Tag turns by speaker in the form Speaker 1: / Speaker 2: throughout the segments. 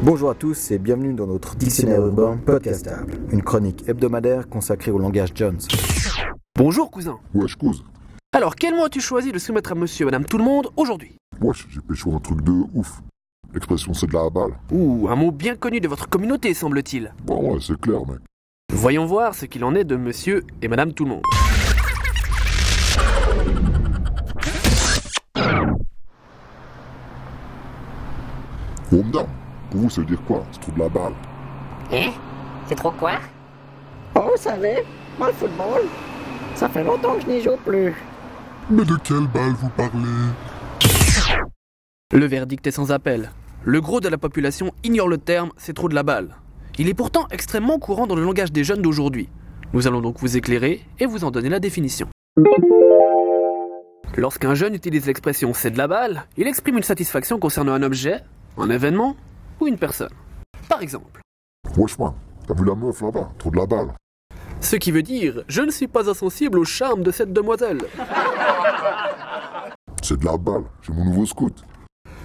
Speaker 1: Bonjour à tous et bienvenue dans notre dictionnaire urbain podcastable, une chronique hebdomadaire consacrée au langage Jones.
Speaker 2: Bonjour cousin.
Speaker 3: Wesh, cause.
Speaker 2: Alors quel mot as-tu choisi de soumettre à monsieur et madame tout le monde aujourd'hui
Speaker 3: Wesh, j'ai pécho un truc de ouf. L'expression c'est de la balle.
Speaker 2: Ouh, un mot bien connu de votre communauté semble-t-il.
Speaker 3: Bah ouais, c'est clair, mec.
Speaker 2: Voyons voir ce qu'il en est de monsieur et madame tout le monde.
Speaker 3: Oh, me Pour vous, ça veut dire quoi C'est trop de la balle.
Speaker 4: Hein C'est trop quoi
Speaker 5: Oh, vous savez, moi le football, ça fait longtemps que je n'y joue plus.
Speaker 3: Mais de quelle balle vous parlez
Speaker 2: Le verdict est sans appel. Le gros de la population ignore le terme c'est trop de la balle. Il est pourtant extrêmement courant dans le langage des jeunes d'aujourd'hui. Nous allons donc vous éclairer et vous en donner la définition. Lorsqu'un jeune utilise l'expression c'est de la balle, il exprime une satisfaction concernant un objet, un événement ou une personne. Par exemple,
Speaker 3: Wesh, man. T'as vu la meuf là-bas Trop de la balle.
Speaker 2: ce qui veut dire je ne suis pas insensible au charme de cette demoiselle.
Speaker 3: C'est de la balle. J'ai mon nouveau scout.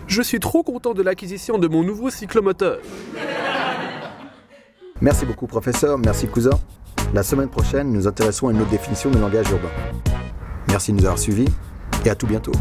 Speaker 2: Je suis trop content de l'acquisition de mon nouveau cyclomoteur.
Speaker 1: Merci beaucoup professeur, merci cousin. La semaine prochaine, nous intéresserons à une autre définition du langage urbain. Merci de nous avoir suivis et à tout bientôt.